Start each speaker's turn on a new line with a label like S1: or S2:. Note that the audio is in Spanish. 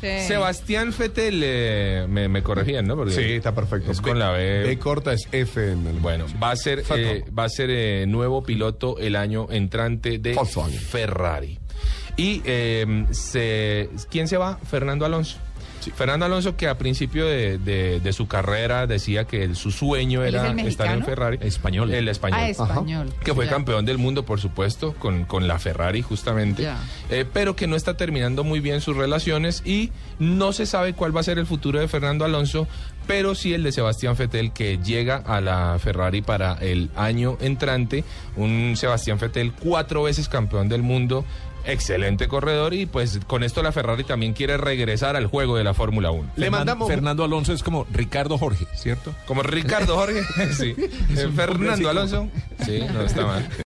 S1: Sí.
S2: Sebastián Fetel, eh, me, me corregían, ¿no? Porque
S3: Sí, está perfecto.
S2: Es con la B.
S3: B corta es F en el.
S2: Bueno, va a ser, eh, va a ser eh, nuevo piloto el año entrante de
S3: Volkswagen.
S2: Ferrari. Y eh, se- ¿quién se va? Fernando Alonso. Fernando Alonso que a principio de, de- de su carrera decía que el- su sueño
S1: ¿Él es
S2: era
S1: el
S2: estar en
S1: mexicano?
S2: Ferrari.
S4: Español.
S2: El español.
S1: Ah, español.
S2: que fue
S1: Ya.
S2: campeón del mundo, por supuesto, con, con la Ferrari justamente,
S1: Ya.
S2: eh, pero que no está terminando muy bien sus relaciones y no se sabe cuál va a ser el futuro de Fernando Alonso, pero sí el de Sebastián Fettel que llega a la Ferrari para el año entrante, un Sebastián Fettel cuatro veces campeón del mundo. Excelente corredor y pues con esto la Ferrari también quiere regresar al juego de la Fórmula 1.
S3: Le mandamos-
S4: Fernando Alonso es como Ricardo Jorge, ¿cierto?
S2: Como Ricardo Jorge, sí. Eh, Fernando Alonso, sí, no está mal.